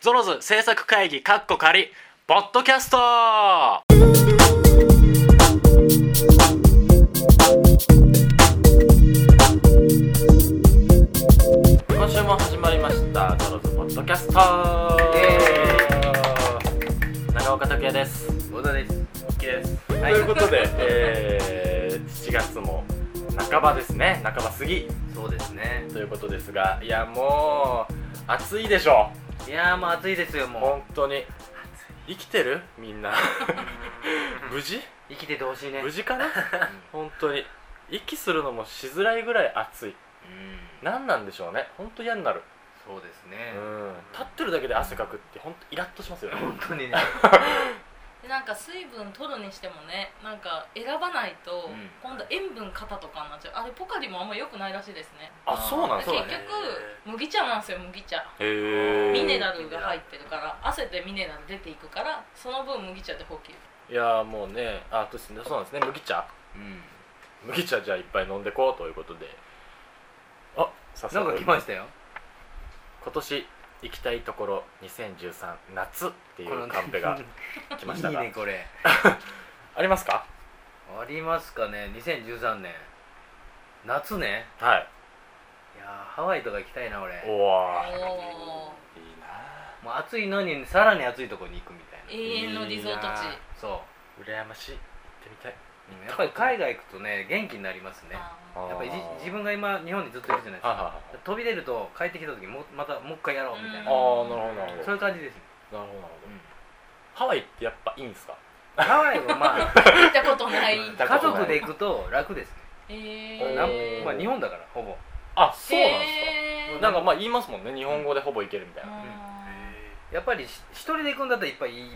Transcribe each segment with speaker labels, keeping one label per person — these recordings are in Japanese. Speaker 1: ゾロズ制作会議かっこ仮ポッドキャスト今週も始まりましたゾロズポッドキャスト長岡拓也です
Speaker 2: 小田です。
Speaker 1: です、
Speaker 2: は、
Speaker 1: はいい
Speaker 2: ということ で、
Speaker 1: えー、7月も半ばですね半ば過ぎ
Speaker 2: そうですね。
Speaker 1: ということですがいやもう暑いでしょ
Speaker 2: いやーもう暑いですよも
Speaker 1: 本当に生きてるみんな
Speaker 2: う。
Speaker 1: 無事
Speaker 2: 生きててほしいね。
Speaker 1: 無事かな本当に息するのもしづらいぐらい暑い
Speaker 2: うん。
Speaker 1: 何なんでしょうね本当嫌になる、
Speaker 2: そうですね。
Speaker 1: うん、立ってるだけで汗かくって本当イラッとしますよね
Speaker 2: 本当 にね。
Speaker 3: でなんか水分取るにしてもねなんか選ばないと、
Speaker 2: うん
Speaker 3: 今度塩分過多とかになっちゃうあれポカリもあんま良くないらしいですね
Speaker 1: あそうなんで
Speaker 3: 結
Speaker 1: す
Speaker 2: そう
Speaker 3: 局
Speaker 2: だ
Speaker 1: ね
Speaker 2: ね
Speaker 3: 麦茶なんですよ麦茶
Speaker 1: へえ
Speaker 3: ミネラルが入ってるから汗でミネラル出ていくからその分麦茶で補給
Speaker 1: いやーもうねあとそうなんですね麦茶
Speaker 2: うん。
Speaker 1: 麦茶じゃあいっぱい飲んでこうということであ早
Speaker 2: なん
Speaker 1: 速
Speaker 2: か来ましたよ。
Speaker 1: 今年行きたいところ2013夏ってい
Speaker 2: この
Speaker 1: うカンペが来ました
Speaker 2: いい
Speaker 1: が、
Speaker 2: ねこれ。
Speaker 1: ありますか
Speaker 2: ありますかね。2013年。夏ね。
Speaker 1: はい
Speaker 2: いやーハワイとか行きたいな俺。
Speaker 1: お
Speaker 2: も
Speaker 3: お
Speaker 1: お
Speaker 3: お
Speaker 1: いいな
Speaker 2: う暑いのにさらに暑いとこに行くみたい
Speaker 3: 永遠のリゾート
Speaker 1: いい
Speaker 3: 地
Speaker 1: な
Speaker 2: な。そう。
Speaker 1: 羨ましい行ってみたい
Speaker 2: うんやっぱり海外行くとね元気になりますね。
Speaker 3: あー
Speaker 2: やっぱりじ自分が今日本にずっといるじゃないです
Speaker 1: は
Speaker 2: か。
Speaker 1: いはいはい
Speaker 2: 飛び出ると帰ってきた時もうまたもう一回やろうみたい
Speaker 1: あー
Speaker 2: な、
Speaker 1: なるほどなるほど
Speaker 2: そういう感じですね、
Speaker 1: なるほどなるほどハワイってやっぱいいんすか
Speaker 2: ハワイはまあ
Speaker 3: 行ったことない
Speaker 1: 行った
Speaker 2: 家族で行くと楽ですね、
Speaker 3: え
Speaker 1: お
Speaker 3: ー、
Speaker 2: なん
Speaker 1: へー
Speaker 2: まあ、日本だからほぼ
Speaker 1: あそうなんですか
Speaker 3: えー
Speaker 1: なんかまあ言いますもんね日本語でほぼいけるみたいな
Speaker 3: あ
Speaker 2: やっぱりし一人で行くんだったらいっぱいい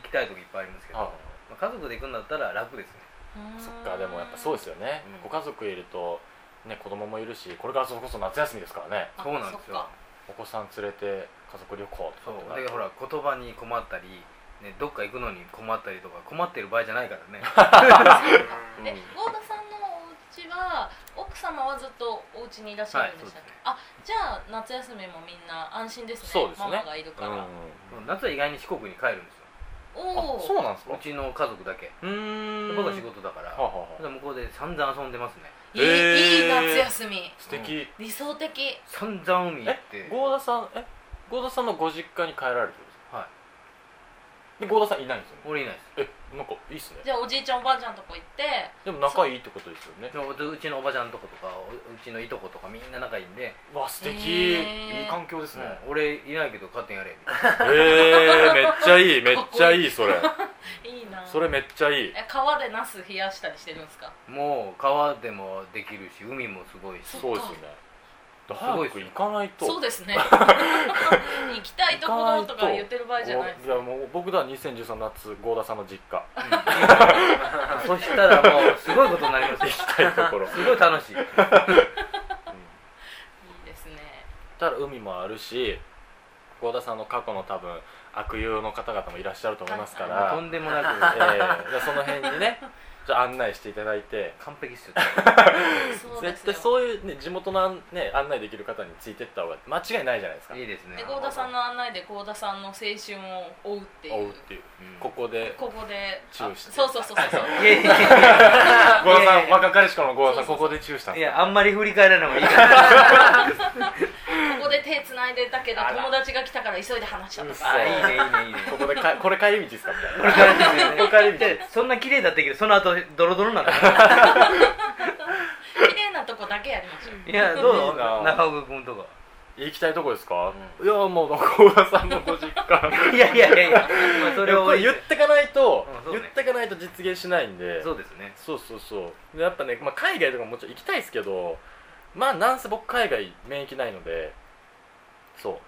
Speaker 2: 行きたい時いっぱいありますけど、
Speaker 1: あ
Speaker 2: まあ、家族で行くんだったら楽ですね
Speaker 3: ー
Speaker 1: そっかでもやっぱそうですよね
Speaker 2: う
Speaker 1: ご
Speaker 2: ん
Speaker 1: 家族いるとね子供もいるしこれからそれこそ夏休みですからね
Speaker 3: あ
Speaker 2: そうなんです
Speaker 3: そっ
Speaker 2: よ
Speaker 3: か
Speaker 1: お子さん連れて家族旅行とか
Speaker 2: そう
Speaker 1: って
Speaker 2: だ
Speaker 1: な
Speaker 2: け
Speaker 1: る
Speaker 2: どほら言葉に困ったり、ね、どっか行くのに困ったりとか困ってる場合じゃないからね
Speaker 3: で、郷田さんのお家は奥様はずっとお家にいらっしゃるんでしたっけ、あじゃあ夏休みもみんな安心ですね
Speaker 1: そうですね
Speaker 3: ママがいるか
Speaker 1: うんうん
Speaker 2: そ
Speaker 3: ら、
Speaker 2: う夏は意外に四国に帰るんです
Speaker 3: お
Speaker 1: あ
Speaker 3: お
Speaker 1: そうなんです
Speaker 2: よ
Speaker 1: か
Speaker 2: うちの家族だけ
Speaker 1: うーん
Speaker 2: 僕は仕事だから、
Speaker 1: はあはあはあ
Speaker 2: 向こうで散々遊んでますね
Speaker 3: いい,、
Speaker 1: へー
Speaker 3: いい夏休み
Speaker 1: 素敵
Speaker 3: 理想的
Speaker 2: 散々海行っ
Speaker 1: え
Speaker 2: て
Speaker 1: 郷田さんえ郷田さんのご実家に帰られてるんですか
Speaker 2: はい
Speaker 1: で郷田さんいないんですよね
Speaker 2: 俺いないです
Speaker 1: えなんかいいっすね
Speaker 3: じゃあおじいちゃんおばあちゃんとこ行って
Speaker 1: でも仲いいってことですよね
Speaker 2: でもうちのおばちゃんとことかおうちのいとことかみんな仲いいんで、
Speaker 1: わ素敵
Speaker 3: へー
Speaker 1: いい環境ですね
Speaker 2: もう俺いないけど勝手にやれみたい
Speaker 1: えー、めっちゃいいめっちゃいいそれ
Speaker 3: いいな
Speaker 1: それめっちゃいい
Speaker 3: え川でナス冷やしたりしてるんですか
Speaker 2: なもう川でもできるし海もすごいし
Speaker 1: そうですよね
Speaker 2: すごい
Speaker 1: 早
Speaker 2: っす
Speaker 1: く
Speaker 2: よ
Speaker 1: 行かないと
Speaker 3: そ うですね行きたいところとか言ってる場合じゃないです
Speaker 1: いやもう僕だ2013夏郷田さんの実家
Speaker 2: そしたらもうすごいことになります
Speaker 1: 行
Speaker 2: よ
Speaker 1: きたいと ころ
Speaker 2: すごい楽しい
Speaker 3: いいですね
Speaker 1: ただ海もあるし郷田さんの過去の多分悪友の方々もいらっしゃると思いますか
Speaker 2: もうと
Speaker 1: ら、
Speaker 2: んでもな
Speaker 1: え
Speaker 2: く
Speaker 1: ーじゃあその辺にね じゃあ案内していただいて
Speaker 2: 完璧っすよ
Speaker 3: そうで
Speaker 1: 絶
Speaker 3: すよ
Speaker 1: 対そういう、ね、地元の案,、ね、案内できる方についてった方が間違いないじゃないですか
Speaker 2: いいですね
Speaker 3: で郷田さんの案内で郷田さんの青春を追うって
Speaker 1: 追
Speaker 3: いうう
Speaker 1: っていう
Speaker 2: うん
Speaker 1: ここで
Speaker 3: ここで
Speaker 1: チューして
Speaker 3: あそうそうそ うそうそう
Speaker 2: いやいやい
Speaker 1: 郷田さ
Speaker 2: いやい
Speaker 1: ん
Speaker 2: や
Speaker 1: 若かりし頃の郷田さん
Speaker 3: そ
Speaker 1: こ
Speaker 3: うそうそう
Speaker 1: こでチューしたん
Speaker 2: やい
Speaker 1: ですか
Speaker 2: やあんまり振り返らない方がいいから
Speaker 3: ここで手つないでたけど
Speaker 1: あら
Speaker 3: 友達が来たから急いで話したと
Speaker 1: うっ
Speaker 3: か
Speaker 2: あいいねいいねいいね
Speaker 1: ここでかこれ帰り道ですかみたい
Speaker 2: これからですよね
Speaker 1: これからですよ
Speaker 2: でそんな綺麗だったけどその後ドロドロになった
Speaker 3: 綺麗なとこだけやりましょう
Speaker 2: いやどう
Speaker 1: いいな
Speaker 2: 中岡君とか
Speaker 1: な行きたいとこですか、いやもう郷田さんのご実家
Speaker 2: いやいやいやいや、まあ、そ
Speaker 1: そ
Speaker 2: れ
Speaker 1: れ
Speaker 2: を
Speaker 1: を言ってかないと、
Speaker 2: うんそうね
Speaker 1: 言ってかないと実現しないんで
Speaker 2: そうですね
Speaker 1: そうそうそうでやっぱね、まあ、海外とかももちろん行きたいですけどまあなんせ僕海外免疫ないのでそ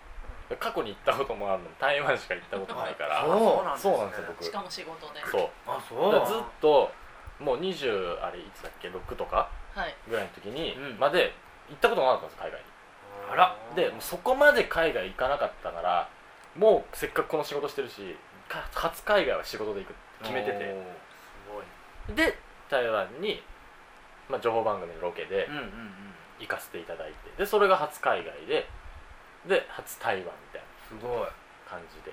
Speaker 1: う過去に行ったこともあるの台湾しか行ったことないから
Speaker 2: あそうなん
Speaker 4: です
Speaker 1: そ
Speaker 4: ね
Speaker 1: うなんですよ僕
Speaker 3: しかも仕事で
Speaker 1: そう
Speaker 2: あ
Speaker 1: だ
Speaker 2: そ
Speaker 1: からずっともう20あれいつだっけ6とか
Speaker 3: はい
Speaker 1: ぐらいの時に
Speaker 2: うん
Speaker 1: まで行ったことがなかったんです海外に
Speaker 2: あら
Speaker 1: でもうそこまで海外行かなかったからもうせっかくこの仕事してるしか初海外は仕事で行くって決めてて
Speaker 4: すごい
Speaker 1: で台湾に、まあ、情報番組のロケで
Speaker 2: うんうん
Speaker 1: 行かせていただいてでそれが初海外でで初台湾みたいな
Speaker 2: うんすごい
Speaker 1: 感じで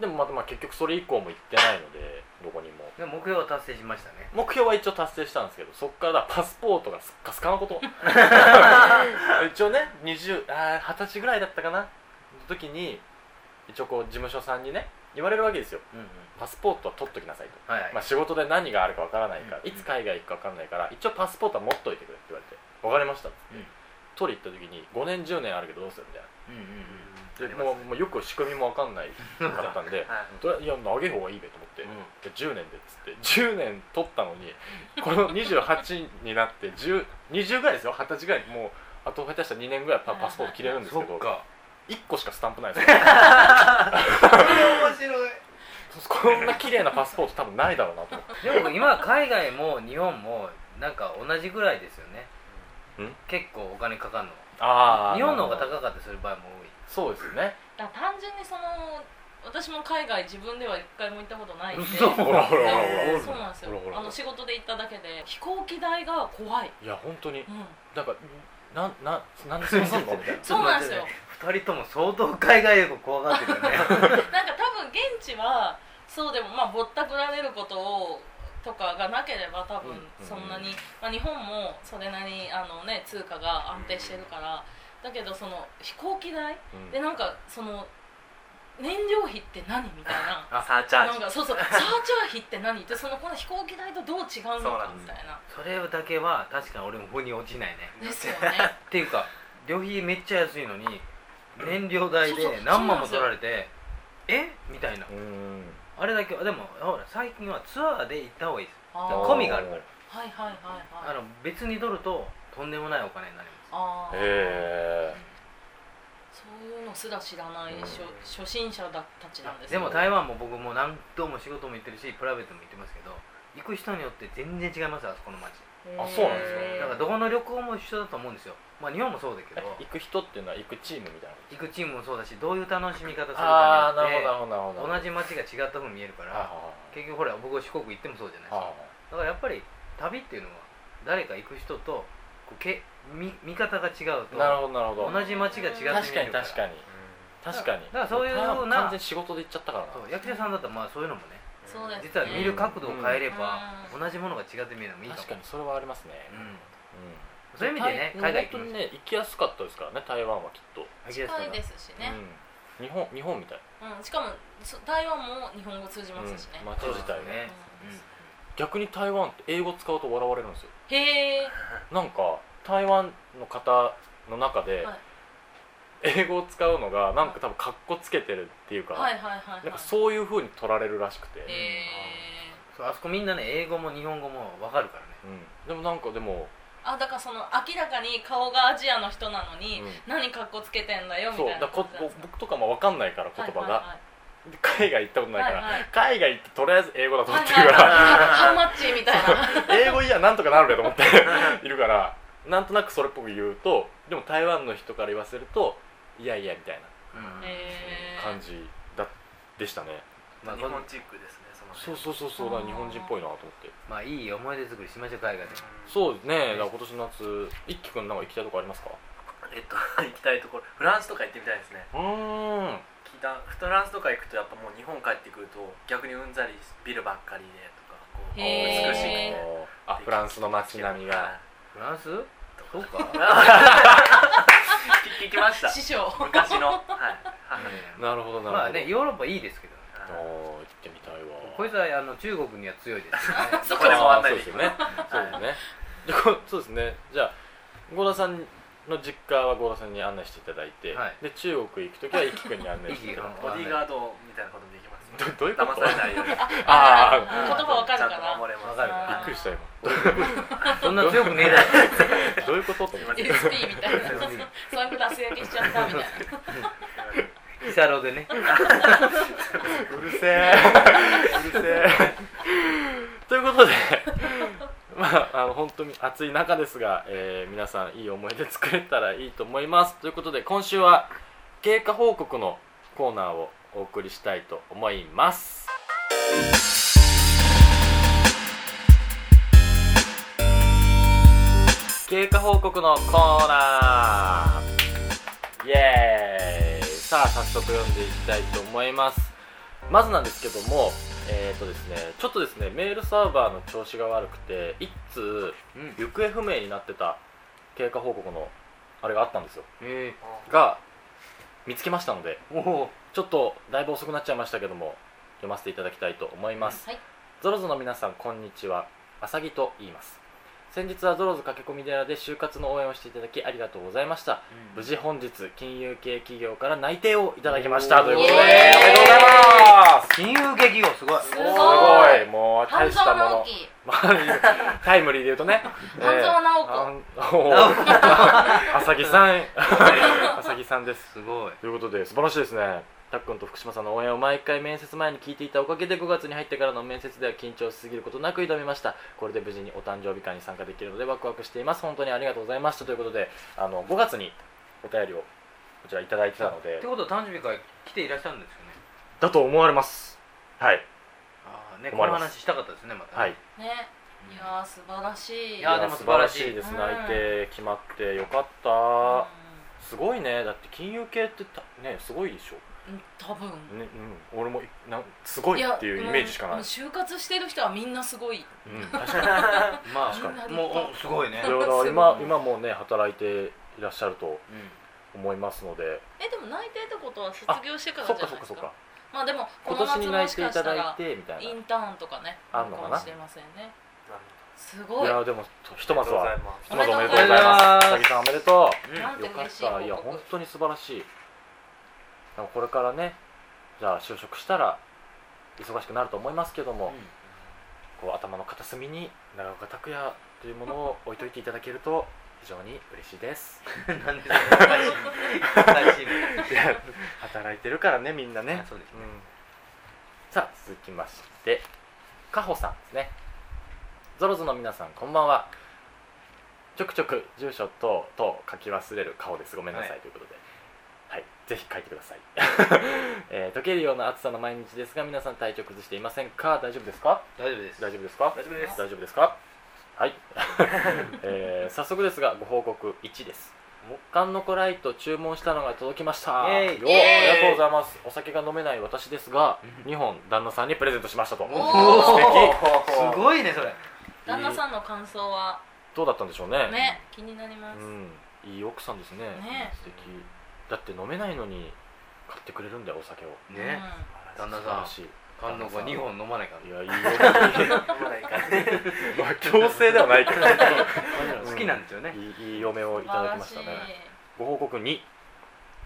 Speaker 1: でもまたまあ結局それ以降も行ってないのでどこにも
Speaker 2: で目標は達成しましたね
Speaker 1: 目標は一応達成したんですけどそっからパスポートがすっかすかのこと 一応ね20あー二十歳ぐらいだったかなの時に一応こう事務所さんにね言われるわけですよ
Speaker 2: うんうん
Speaker 1: パスポートは取っときなさいと、
Speaker 2: はいはい、
Speaker 1: まあ、仕事で何があるかわからないから、
Speaker 2: うん
Speaker 1: いつ海外行くかわからないから一応パスポートは持っといてくれって言われて分かりましたって、
Speaker 2: うん
Speaker 1: 取り行った時に5年10年あるけどどうするみたいな
Speaker 2: うん
Speaker 1: でも
Speaker 2: うんうん
Speaker 1: うもうよく仕組みも分かんないかったん で
Speaker 4: はい
Speaker 1: とりあえずいや投げ方がいいべと思って、
Speaker 2: うん
Speaker 1: で10年でっつって10年取ったのに この28になって10 20ぐらいですよ20歳ぐらいもうあと下手したら2年ぐらいパパスポート切れるんですけ
Speaker 2: そ
Speaker 1: ど
Speaker 2: っか
Speaker 1: 1個しかスタンプない ですよ
Speaker 4: 面白い
Speaker 1: こんな綺麗なパスポート多分ないだろうなと思 って
Speaker 2: でも今海外も日本もなんか同じぐらいですよね
Speaker 1: うん
Speaker 2: 結構お金かかるの
Speaker 1: あ
Speaker 2: 日本の方が
Speaker 1: い
Speaker 2: 高かったりする場合も多い
Speaker 1: そうですね
Speaker 3: だから単純にその私も海外自分では一回も行ったこと ないんで
Speaker 2: 嘘
Speaker 1: ほらほらほらほ
Speaker 3: え
Speaker 1: ら
Speaker 3: ーそうなんですよ
Speaker 1: ほらほら
Speaker 3: あの仕事で行っただけで飛行機代が怖い、
Speaker 1: いや本当に
Speaker 3: うん、
Speaker 1: なんかなななんでそうすんのみたいな
Speaker 3: そうなんですよ
Speaker 2: 2人とも相当海外旅行怖がってるよね
Speaker 3: なんか多分現地はそうでもまあぼったくられることをとかがなければ多分
Speaker 1: うん
Speaker 3: そんなに、まあ、日本もそれなりにあの、ね、通貨が安定してるから、だけどその飛行機代
Speaker 1: うん
Speaker 3: でなんかその燃料費って何みたいな
Speaker 4: サーチャー
Speaker 3: な
Speaker 4: ジ
Speaker 3: んかそうそうサーチャー費って何ってそのこの飛行機代とどう違うの
Speaker 4: そうな
Speaker 3: か
Speaker 4: ん
Speaker 3: み
Speaker 4: です
Speaker 3: たいな
Speaker 2: それだけは確かに俺も腑に落ちないね
Speaker 3: ですよね
Speaker 2: っていうか旅費めっちゃ安いのに燃料代で何万も取られてえみたいな
Speaker 1: うん
Speaker 2: あれだけはでもほら最近はツアーで行った方がいいです
Speaker 3: あー
Speaker 2: 込みがあるから
Speaker 3: はいはいはい
Speaker 2: あ
Speaker 3: はい
Speaker 2: の別に取るととんでもないお金になりま
Speaker 3: あー
Speaker 1: へえ
Speaker 3: そういうのすら知らない初,、
Speaker 4: うん
Speaker 3: 初心者だたちなんですす
Speaker 2: で
Speaker 3: よ
Speaker 2: も台湾も僕も何度も仕事も行ってるしプライベートも行ってますけど行く人によって全然違いますあそこの街
Speaker 1: あそうなんですね
Speaker 3: へー
Speaker 2: だからどこの旅行も一緒だと思うんですよまあ日本もそうだけど
Speaker 1: 行く人っていうのは行くチームみたいな
Speaker 2: 行くチームもそうだしどういう楽しみ方する
Speaker 1: あ
Speaker 2: か
Speaker 1: あ
Speaker 2: に
Speaker 1: な
Speaker 2: よって
Speaker 1: るほどなるほどなるほど
Speaker 2: 同じ街が違ったふうに見えるから
Speaker 1: あ
Speaker 2: 結局ほら僕四国行ってもそうじゃないです
Speaker 1: あ
Speaker 2: かだからやっぱり旅っていうのは誰か行く人とこうけ見見方が違うと
Speaker 1: なるほどなるほど
Speaker 2: 同じ街が違って見える
Speaker 1: 確かに確かに確かに
Speaker 2: だからそういうような
Speaker 1: 完全に仕事で行っちゃったからな
Speaker 2: そう役者さんだったらまあそういうのもね
Speaker 3: そうですね
Speaker 2: 実は見る角度を変えれば
Speaker 3: う
Speaker 2: 同じものが違って見えるのもいいかも
Speaker 1: 確かにそれはありますね
Speaker 2: うん
Speaker 1: う
Speaker 2: そういう意味でね
Speaker 1: ん
Speaker 2: 海外
Speaker 1: 本
Speaker 2: 行き
Speaker 1: 当
Speaker 2: ま
Speaker 1: に
Speaker 2: し
Speaker 1: ね行きやすかったですからね台湾はきっと
Speaker 3: 近いですし
Speaker 1: う
Speaker 3: ね、
Speaker 1: ん日本日本みたい
Speaker 3: うんしかもそ台湾も日本語通じますしね、
Speaker 1: うん街自体
Speaker 2: そう
Speaker 1: が
Speaker 2: ですね
Speaker 1: 逆に台湾って英語使うと笑われるんですよ
Speaker 3: へえ
Speaker 1: なんか台湾の方の中で
Speaker 3: はい
Speaker 1: 英語を使うのがなんか多分かっこつけてるっていうか、
Speaker 3: はいはいはいはい
Speaker 1: なんかそういう風に取られるらしくて、
Speaker 3: へ
Speaker 2: そうあそこみんなね英語も日本語もわかるからね
Speaker 1: うん、でもなんかでも
Speaker 3: ーあだからその明らかに顔がアジアの人なのに、
Speaker 1: うん
Speaker 3: 何かっこつけてんだよみ
Speaker 1: そう
Speaker 3: た
Speaker 1: だ
Speaker 3: い
Speaker 1: か
Speaker 3: な
Speaker 1: らこ
Speaker 3: 感じなんですね
Speaker 1: 僕とかも分かんないから言葉が、で海外行ったことないから、
Speaker 3: はいはい
Speaker 1: 海外行ってとりあえず英語だと思ってる
Speaker 3: はい
Speaker 1: か
Speaker 3: はい
Speaker 1: ら、
Speaker 3: ハウマッチみたいな
Speaker 1: 英語いやなんとかなるねと思っているからなんとなくそれっぽく言うとでも台湾の人から言わせるといやいやみたい
Speaker 2: うん
Speaker 3: へ
Speaker 1: な
Speaker 3: ー
Speaker 1: 感じだでしたね、
Speaker 2: まあ
Speaker 4: 日本チックですねその
Speaker 1: そうそうそうそうだから日本人っぽいなと思って
Speaker 2: まあいい思い出作りしましょう海外でも
Speaker 4: う
Speaker 1: そうですねだから今年の夏一輝くんなんか行きたいとこありますか
Speaker 4: えっと 行きたいところフランスとか行ってみたいですね
Speaker 1: うーん
Speaker 4: 聞いたフランスとか行くとやっぱもう日本帰ってくると逆にうんざりビルばっかりでとかこう
Speaker 3: へー
Speaker 4: 美しくて
Speaker 1: あフランスの街並みが
Speaker 2: フランスそう か
Speaker 4: 聞きました
Speaker 3: 師匠
Speaker 4: 昔のはい母の
Speaker 1: なるほどなるほど
Speaker 2: まあねヨーロッパいいですけどね
Speaker 1: あー行ってみたいわ
Speaker 2: こいつはあの中国には強いですよね
Speaker 4: そこで終わんな
Speaker 1: そ
Speaker 4: いう
Speaker 1: です
Speaker 4: で
Speaker 1: す
Speaker 4: よ
Speaker 1: よ
Speaker 4: ね
Speaker 1: ねそうですねでこそうですねじゃあ郷田さんの実家は郷田さんに案内していただいて、
Speaker 2: はい
Speaker 1: で中国行く時は一輝くんに案内していただ
Speaker 2: 一
Speaker 1: い
Speaker 2: 輝
Speaker 1: て
Speaker 4: ボディーガードみたいなことできます
Speaker 1: どどういうこと
Speaker 4: 騙されないように
Speaker 1: あ
Speaker 3: 言葉わかる
Speaker 4: ち
Speaker 3: か
Speaker 4: ゃんと
Speaker 3: な
Speaker 4: 守れます
Speaker 2: わかる
Speaker 1: あびっくりした今
Speaker 2: そんな強くねえだろ
Speaker 1: どういうことと思って
Speaker 3: SP みたいなそういう出す焼けしちゃったみ たいな
Speaker 2: ヒサロでね
Speaker 1: うるせえうるせえということで まああの本当に暑い中ですが、えー皆さんいい思い出作れたらいいと思いますということで今週は経過報告のコーナーをお送りしたいと思います経過報告のコーナーイエーイさあ早速読んでいきたいと思いますまずなんですけどもえーとですね、ちょっとですねメールサーバーの調子が悪くて一通
Speaker 2: うん
Speaker 1: 行方不明になってた経過報告のあれがあったんですよ
Speaker 2: え
Speaker 1: が見つけましたので
Speaker 2: ー、おお
Speaker 1: ちょっとだいぶ遅くなっちゃいましたけども読ませていただきたいと思います、
Speaker 3: はい
Speaker 1: ゾロズの皆さんこんにちはあさぎと言います先日はゾロズ駆け込み寺で就活の応援をしていただきありがとうございました無事本日金融系企業から内定をいただきましたということでお
Speaker 3: イエーイ
Speaker 1: めでとうございます
Speaker 2: 金融劇業すごい
Speaker 3: すごい
Speaker 1: すごいもう
Speaker 3: 半
Speaker 1: 大した
Speaker 3: 沢
Speaker 1: も
Speaker 3: 直
Speaker 1: の
Speaker 3: 樹
Speaker 1: まあタイムリーで言う とね
Speaker 3: 半沢直 子
Speaker 1: あさぎさんあさぎさんです
Speaker 2: すごい
Speaker 1: ということで素晴らしいですねたっくんと福島さんの応援を毎回面接前に聞いていたおかげで5月に入ってからの面接では緊張しすぎることなく挑みましたこれで無事にお誕生日会に参加できるのでワクワクしています本当にありがとうございましたということであの5月にお便りをこちらいただいてたの
Speaker 2: っ
Speaker 1: で
Speaker 2: てことは誕生日会来ていらっしゃるんですよね
Speaker 1: だと思われますはい
Speaker 2: ああね
Speaker 1: 思
Speaker 2: こ
Speaker 1: わ
Speaker 2: の
Speaker 1: れます
Speaker 2: 話したかったですねまた
Speaker 1: はい
Speaker 3: ねいやー素晴らしい
Speaker 2: いやーでも素晴らしい
Speaker 1: やーです
Speaker 3: うん
Speaker 1: 内定決まってよかっ
Speaker 3: う
Speaker 1: たすごいねだって金融系ってたねすごいでしょ、
Speaker 3: んうん多分
Speaker 1: ねうん、俺もいなんすごいっていうイメージしかない
Speaker 3: もう就活してる人はみんなすごい
Speaker 1: うん確 かに
Speaker 2: ま
Speaker 1: 確か
Speaker 2: あ
Speaker 3: に
Speaker 2: もうおすごいね
Speaker 1: いやだから今今もうね働いていらっしゃると思いますので
Speaker 3: えでも内定ってことは卒業してからじ
Speaker 1: そ
Speaker 3: ゃ
Speaker 1: っ
Speaker 3: ない
Speaker 1: か
Speaker 3: で
Speaker 1: そ
Speaker 3: す
Speaker 1: っか
Speaker 3: か
Speaker 1: そっか
Speaker 3: まあでもこ
Speaker 1: 今
Speaker 3: の
Speaker 1: 年
Speaker 3: 夏
Speaker 1: に
Speaker 3: も
Speaker 1: 内
Speaker 3: し
Speaker 1: 定
Speaker 3: か
Speaker 1: い
Speaker 3: した
Speaker 1: ただ
Speaker 3: ら
Speaker 1: いてみたい
Speaker 3: イ
Speaker 1: な
Speaker 3: ンターンとかね
Speaker 1: あんのかな
Speaker 3: かもしれませんねすご
Speaker 1: い
Speaker 3: い
Speaker 1: やでもひと
Speaker 4: あり
Speaker 1: まず
Speaker 4: がとうござ
Speaker 1: はい
Speaker 4: ます
Speaker 1: ひとまずおめでとう
Speaker 3: お
Speaker 1: ございま
Speaker 2: ま
Speaker 3: めでとうござい
Speaker 2: すす
Speaker 1: さぎさんおめでと
Speaker 2: うん
Speaker 3: なん
Speaker 1: う
Speaker 3: て
Speaker 1: よかっ
Speaker 3: 嬉しい報
Speaker 1: た
Speaker 3: 告
Speaker 1: いや本当に素晴らしいでもこれからねじゃあ就職したら忙しくなると思いますけども、こう頭の片隅に長岡拓也というものを置いといていただけると非常に嬉しいです
Speaker 2: うん なんで それ難しいの
Speaker 1: いや働いてるからねみんなね
Speaker 2: あそうですね
Speaker 1: んさあ続きましてかほさんですねゾロゾの皆さんこんばんはちょくちょく住所等々書き忘れる顔ですごめんなさい、
Speaker 2: はい
Speaker 1: ということではいぜひ書いてください、 えー溶けるような暑さの毎日ですが皆さん体調崩していませんか大丈夫ですか
Speaker 2: 大丈夫です
Speaker 1: 大丈夫ですか
Speaker 4: 大丈夫です
Speaker 1: 大丈夫ですかはい、 えー早速ですがご報告1です木管のコライト注文したのが届きました
Speaker 2: イエーイ
Speaker 1: よー
Speaker 3: イエ
Speaker 1: あ
Speaker 3: ーイ
Speaker 1: りがとうございますお酒が飲めない私ですが2本旦那さんにプレゼントしましたと
Speaker 2: お
Speaker 3: お
Speaker 1: 素敵
Speaker 2: ーす
Speaker 4: い
Speaker 2: ごいねそれ
Speaker 3: 旦那さんの感想は
Speaker 1: どうだったんでしょうね
Speaker 3: ね気になります
Speaker 1: うんいい奥さんですね
Speaker 3: ね
Speaker 1: 素敵だって飲めないのに買ってくれるんだよお酒を
Speaker 2: ね旦那さん
Speaker 1: 素晴らしい
Speaker 2: 感動が2本飲まないから
Speaker 1: いやいいよ まあ強制ではない けど
Speaker 2: 好きなんですよね
Speaker 1: いいいい嫁をいただきましたね
Speaker 3: 素晴ら
Speaker 1: ご報告2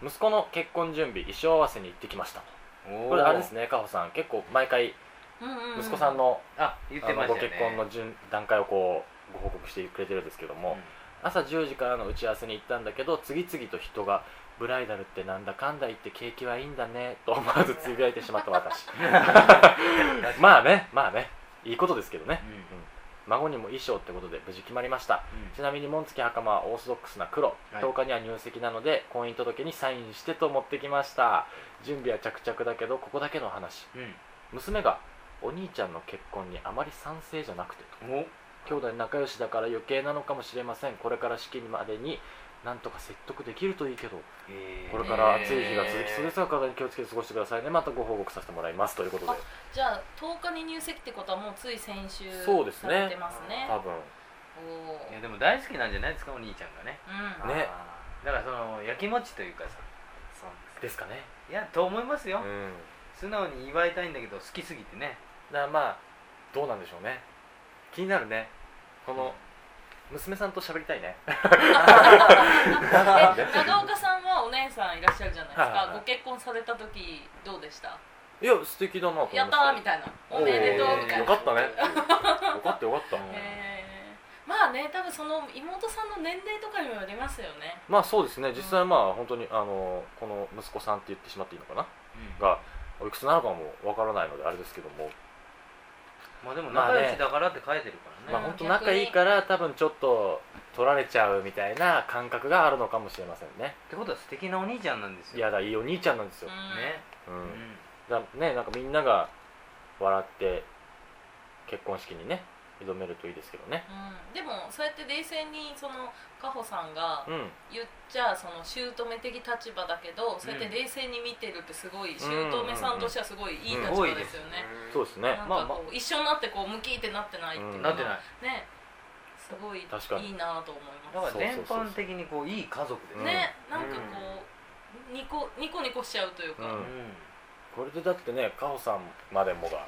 Speaker 1: 息子の結婚準備衣装合わせに行ってきました
Speaker 2: こ
Speaker 1: これあれですねかほさん結構毎回
Speaker 3: うんうん
Speaker 1: 息子さんの,、
Speaker 2: あ言っ
Speaker 1: あ
Speaker 2: て
Speaker 1: の
Speaker 2: まし
Speaker 1: ご
Speaker 2: たよ
Speaker 1: 結
Speaker 2: ね
Speaker 1: 婚の順段階をこうご報告してくれてるんですけども、朝10時からの打ち合わせに行ったんだけど次々と人が「ブライダルってなんだかんだ言って景気はいいんだね」と思わずつぶやいてしまった 私まあねまあねいいことですけどね
Speaker 2: うんうん
Speaker 1: 孫にも衣装ってことで無事決まりましたちなみに紋付き袴はオーソドックスな黒、
Speaker 2: はい
Speaker 1: 10日には入籍なので婚姻届にサインしてと持ってきました準備は着々だけどここだけの話娘がお兄ちゃんの結婚にあまり賛成じゃなくて
Speaker 2: うんお
Speaker 1: 兄弟仲良しだから余計なのかもしれませんこれから式までになんとか説得できるといいけど
Speaker 2: えー
Speaker 1: これから暑い日が続きそうですが体に気をつけて過ごしてくださいねまたご報告させてもらいますということで
Speaker 3: じゃあ10日に入籍ってことはもうつい先週
Speaker 1: そうですね
Speaker 3: されてますね
Speaker 1: 多分
Speaker 3: おー
Speaker 2: いやでも大好きなんじゃないですかお兄ちゃんがね
Speaker 3: うん
Speaker 1: ね
Speaker 2: だからそのやきもちというかさ
Speaker 1: ですかね
Speaker 2: いやと思います
Speaker 1: う
Speaker 2: よ、
Speaker 1: ん
Speaker 2: 素直に祝いたいんだけど好きすぎてね
Speaker 1: だからまあどうなんでしょうね気になるねこの娘さんと喋りたいね
Speaker 3: え長岡さんはお姉さんいらっしゃるじゃないです
Speaker 1: はいはいは
Speaker 3: か
Speaker 1: い
Speaker 3: ご結婚された時どうでした
Speaker 1: いや素敵だなと思いま
Speaker 3: やったーみたいなおめでとうみたいな
Speaker 1: よか ったねよかったよかった
Speaker 3: へーまあね多分その妹さんの年齢とかにもよりますよね
Speaker 1: まあそうですね実際まあ本当にあのこの息子さんって言ってしまっていいのかな
Speaker 2: が
Speaker 1: がおいくつなのかもわからないのであれですけども
Speaker 2: まあでも
Speaker 1: まあね
Speaker 2: 仲良しだからって書いてるからね、
Speaker 1: まあ本当仲いいから多分ちょっと取られちゃうみたいな感覚があるのかもしれませんね
Speaker 2: ってことは素敵なお兄ちゃんなんです
Speaker 1: い
Speaker 2: よ
Speaker 1: やだいいお兄ちゃんなんですよ、
Speaker 3: うん
Speaker 2: ね、
Speaker 1: う
Speaker 2: うん
Speaker 1: んだねなんかみんなが笑って結婚式にね挑めるといいですけどね
Speaker 3: うん、でもそうやって冷静にそのカホさんが
Speaker 1: うん
Speaker 3: 言っちゃその姑的立場だけどそうやって冷静に見てるってすごい姑さんとしてはすごいいい立場ですよね。
Speaker 1: そうですね
Speaker 3: なん
Speaker 1: まあ
Speaker 3: か
Speaker 1: まあ
Speaker 3: こう一緒になってこう向きってなってないっていううんの
Speaker 2: な
Speaker 3: は
Speaker 2: ってない
Speaker 3: ねすごいいい
Speaker 1: 確かに
Speaker 3: なと思い
Speaker 2: だ
Speaker 3: ま。
Speaker 2: か
Speaker 1: そう
Speaker 2: ら全般的にこういい家族です
Speaker 1: ん
Speaker 2: すね
Speaker 3: ねなんかこうニコニコニコしちゃうというか、
Speaker 1: う
Speaker 2: うん
Speaker 1: んこれでだってねカホさんまでもが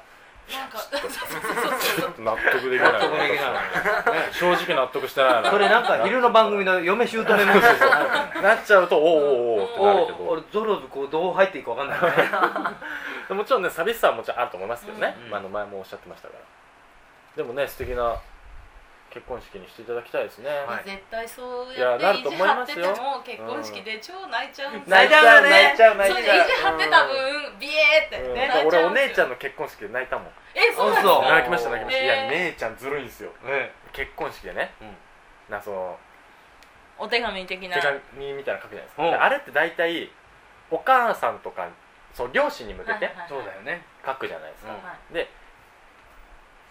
Speaker 3: なんか
Speaker 1: ちょっ
Speaker 3: そう
Speaker 1: と納得できない
Speaker 2: 納得できない
Speaker 1: ね正直納得してないな
Speaker 2: それなんか昼の番組の嫁姑も
Speaker 1: そうそうなっちゃうとおおおおってなるけ
Speaker 2: お
Speaker 1: ど
Speaker 2: 俺ゾロズこうどう入っていいか分かんない ね
Speaker 1: でもちろんね寂しさはもちろんあると思いますけどね、
Speaker 2: うん
Speaker 1: まああの前もおっしゃってましたからでもね素敵な結婚式にしていただきたいですね、
Speaker 2: はい
Speaker 3: 絶対そう
Speaker 1: いや
Speaker 3: やっ
Speaker 1: な
Speaker 3: て
Speaker 1: る
Speaker 3: 意
Speaker 1: と
Speaker 3: 地
Speaker 1: 思い
Speaker 3: 張
Speaker 1: ま
Speaker 3: って
Speaker 1: す
Speaker 3: て
Speaker 1: よ
Speaker 3: も結婚式で超泣いちゃうんですよ
Speaker 2: 泣いちゃう泣いちゃう
Speaker 3: そう
Speaker 2: 泣
Speaker 3: 意
Speaker 2: い
Speaker 3: 地
Speaker 2: ちゃう
Speaker 3: 張ってた分ビエーって
Speaker 1: うんな
Speaker 3: ね
Speaker 1: んか
Speaker 3: 泣いち
Speaker 1: 俺
Speaker 3: ゃ
Speaker 1: お
Speaker 3: うんですよ
Speaker 1: 姉ちゃんの結婚式で泣いたもん
Speaker 3: えそうなんです
Speaker 2: あそう
Speaker 3: か
Speaker 1: 泣きました泣きました、
Speaker 3: えー
Speaker 1: いや姉ちゃんずるいんですよ
Speaker 2: え
Speaker 1: 結婚式でね
Speaker 2: え
Speaker 1: なその
Speaker 3: お手紙的な
Speaker 1: 手紙みたいなの書くじゃないですか、
Speaker 2: うん
Speaker 1: であれって大体お母さんとかそう両親に向け
Speaker 3: はいはい
Speaker 1: て
Speaker 3: はい
Speaker 2: そうだよね
Speaker 1: 書くじゃないですか、
Speaker 2: うん
Speaker 3: はい
Speaker 1: で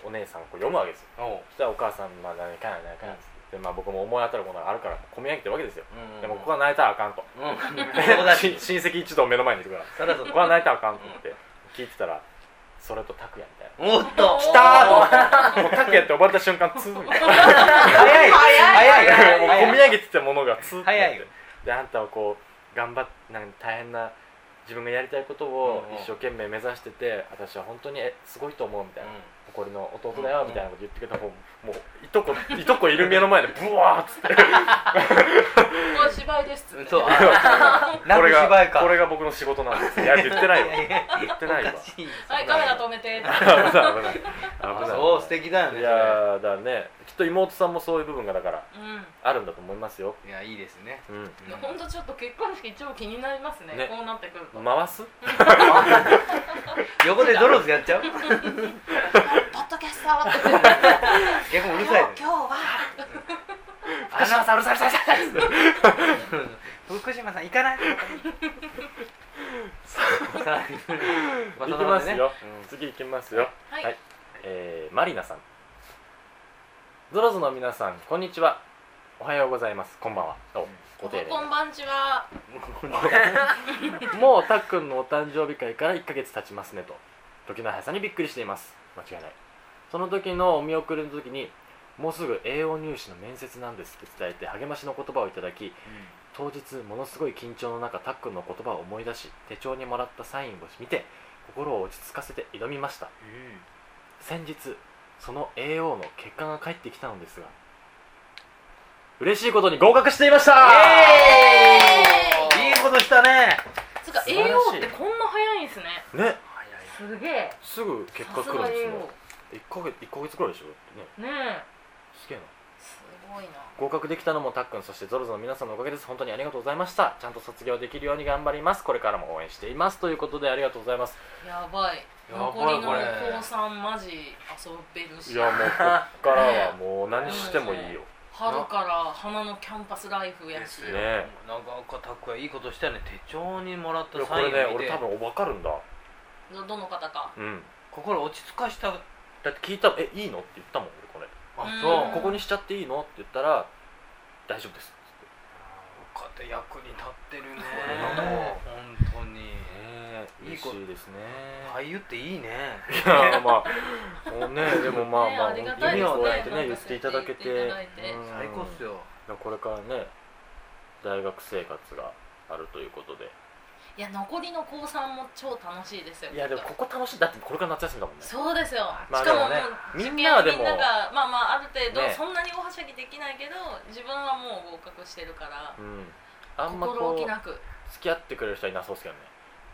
Speaker 1: お姉さんこう読むわけですよ
Speaker 2: おう
Speaker 1: そしたらお母さんまあ何かん何かんっつって、でまあ、僕も思い当たるものがあるから込み上げてるわけですよ、でもここは泣いたらあかんと
Speaker 2: うん友達
Speaker 1: し 親戚一同目の前にいるから
Speaker 2: ただそ
Speaker 1: ここは泣いたらあかんと思って聞いてたらそれと拓也みたいな
Speaker 2: おっと
Speaker 1: 「来た!」と思って拓也って呼ばれた瞬間ツーみたいな
Speaker 2: 早い
Speaker 1: 早い
Speaker 2: 早い
Speaker 1: もう込み上げてたものがツーってな
Speaker 2: 早
Speaker 1: っ
Speaker 2: い
Speaker 1: て
Speaker 2: よ
Speaker 1: であんたはこう頑張ってなんか大変な自分がやりたいことを
Speaker 2: うんうん
Speaker 1: 一生懸命目指してて私は本当にえすごいと思うみたいな
Speaker 2: う
Speaker 1: 誇りの弟だよみたいなこと言ってくれたらもうもういとこいとこいる目の前でブワーッつって
Speaker 3: もう芝居ですっつっ
Speaker 2: ん
Speaker 3: て
Speaker 2: そうあ 泣
Speaker 1: こ
Speaker 2: く
Speaker 1: れ
Speaker 2: 芝居
Speaker 1: が
Speaker 2: か
Speaker 1: これが僕の仕事なんですいや言ってないよ
Speaker 2: いやいや
Speaker 1: 言ってないわ
Speaker 2: おかしい
Speaker 3: はいカメラ止めて
Speaker 1: 危ない危ない危ない
Speaker 2: そう素敵だよね
Speaker 1: いやーだからねきっと妹さんもそういう部分がだから
Speaker 3: うん
Speaker 1: あるんだと思いますよ
Speaker 2: それいやいいですね
Speaker 1: うん
Speaker 3: いや本当ちょっと結婚式超気になりますね
Speaker 1: ね
Speaker 3: こうなってくると、
Speaker 1: 回す
Speaker 2: 横でドローズやっちゃう
Speaker 3: ポッドキャスターって
Speaker 2: 逆にうる
Speaker 3: 今
Speaker 2: さい
Speaker 3: 日今日は
Speaker 2: 福島さんうるさいうるさいうるさい福島さん行かない
Speaker 1: 行きますよ、次行きますよ
Speaker 3: はい、
Speaker 1: はいえー、マリナさんゾロゾの皆さんこんにちはおはようございますこんばんはおご丁寧
Speaker 3: こんばんちは
Speaker 1: にもうたっくんのお誕生日会から1ヶ月経ちますねと時の速さにびっくりしています間違いないその時のお見送りの時にもうすぐ栄養入試の面接なんですって伝えて励ましの言葉をいただき当日ものすごい緊張の中たっくんの言葉を思い出し手帳にもらったサインを見て心を落ち着かせて挑みました先日その AO の結果が返ってきたのですが嬉しいことに合格していました
Speaker 3: イエーイ
Speaker 2: いいことしたね
Speaker 3: つうか
Speaker 1: 素晴らしい
Speaker 3: AO ってこんな早いんですね
Speaker 1: ね
Speaker 3: すげえ
Speaker 1: すぐ結果来るんですね1ヶ月 ,1 ヶ月くらいでしょだってね
Speaker 3: ねえ
Speaker 1: すげえな
Speaker 3: すごいな
Speaker 1: 合格できたのもたっくんそしてゾロゾロの皆さんのおかげです本当にありがとうございましたちゃんと卒業できるように頑張りますこれからも応援していますということでありがとうございます
Speaker 3: やばい
Speaker 2: やばい
Speaker 3: 残りの
Speaker 2: これ
Speaker 3: 高三マジ遊べるし
Speaker 1: いやもうこっからはもう何してもいいよ
Speaker 3: 春から花のキャンパスライフやし、
Speaker 1: ねえ
Speaker 2: なんかたっくはいいことしたね手帳にもらっ
Speaker 1: い
Speaker 2: た
Speaker 1: やこ
Speaker 2: サインを
Speaker 1: れね
Speaker 2: 見
Speaker 1: 俺
Speaker 2: て
Speaker 1: 多分分かるんだ
Speaker 3: どどの方か
Speaker 1: うん
Speaker 2: 心落ち着かしたあ
Speaker 1: だって聞いたえいいのって言ったもん俺これ
Speaker 3: う
Speaker 2: そ
Speaker 3: ん
Speaker 1: ここにしちゃっていいのって言ったら大丈夫です
Speaker 2: うかって役に立ってるね
Speaker 1: れがも
Speaker 2: 本当に
Speaker 1: ねえ
Speaker 2: いいこ
Speaker 1: 嬉しいですね
Speaker 2: 俳優っていいね
Speaker 1: いやまあもうねでもまあ
Speaker 3: ね
Speaker 1: まあ
Speaker 3: ありが
Speaker 1: 本当
Speaker 3: た
Speaker 1: に
Speaker 3: いで
Speaker 1: そ
Speaker 3: すね
Speaker 1: うやってね
Speaker 3: なん
Speaker 1: 言
Speaker 3: か
Speaker 1: っていただけて
Speaker 3: 言っていただいて
Speaker 1: うん
Speaker 2: 最高っすよ
Speaker 1: だからこれからね大学生活があるということで
Speaker 3: いや残りの高三も超楽しいですよ
Speaker 1: いやでもここ楽しいだってこれから夏休みだもんね
Speaker 3: そうですよ、
Speaker 1: まあ
Speaker 3: しかももう
Speaker 1: でもねみ
Speaker 3: 受験
Speaker 1: んなはでも
Speaker 3: みんながまあまあある程度
Speaker 1: ね
Speaker 3: そんなに大はしゃぎできないけど、自分はもう合格してるから
Speaker 1: うんあんま
Speaker 3: 心
Speaker 1: こ
Speaker 3: 置き
Speaker 1: う
Speaker 3: なく
Speaker 1: 付き合ってくれる人はいなそうっすけどね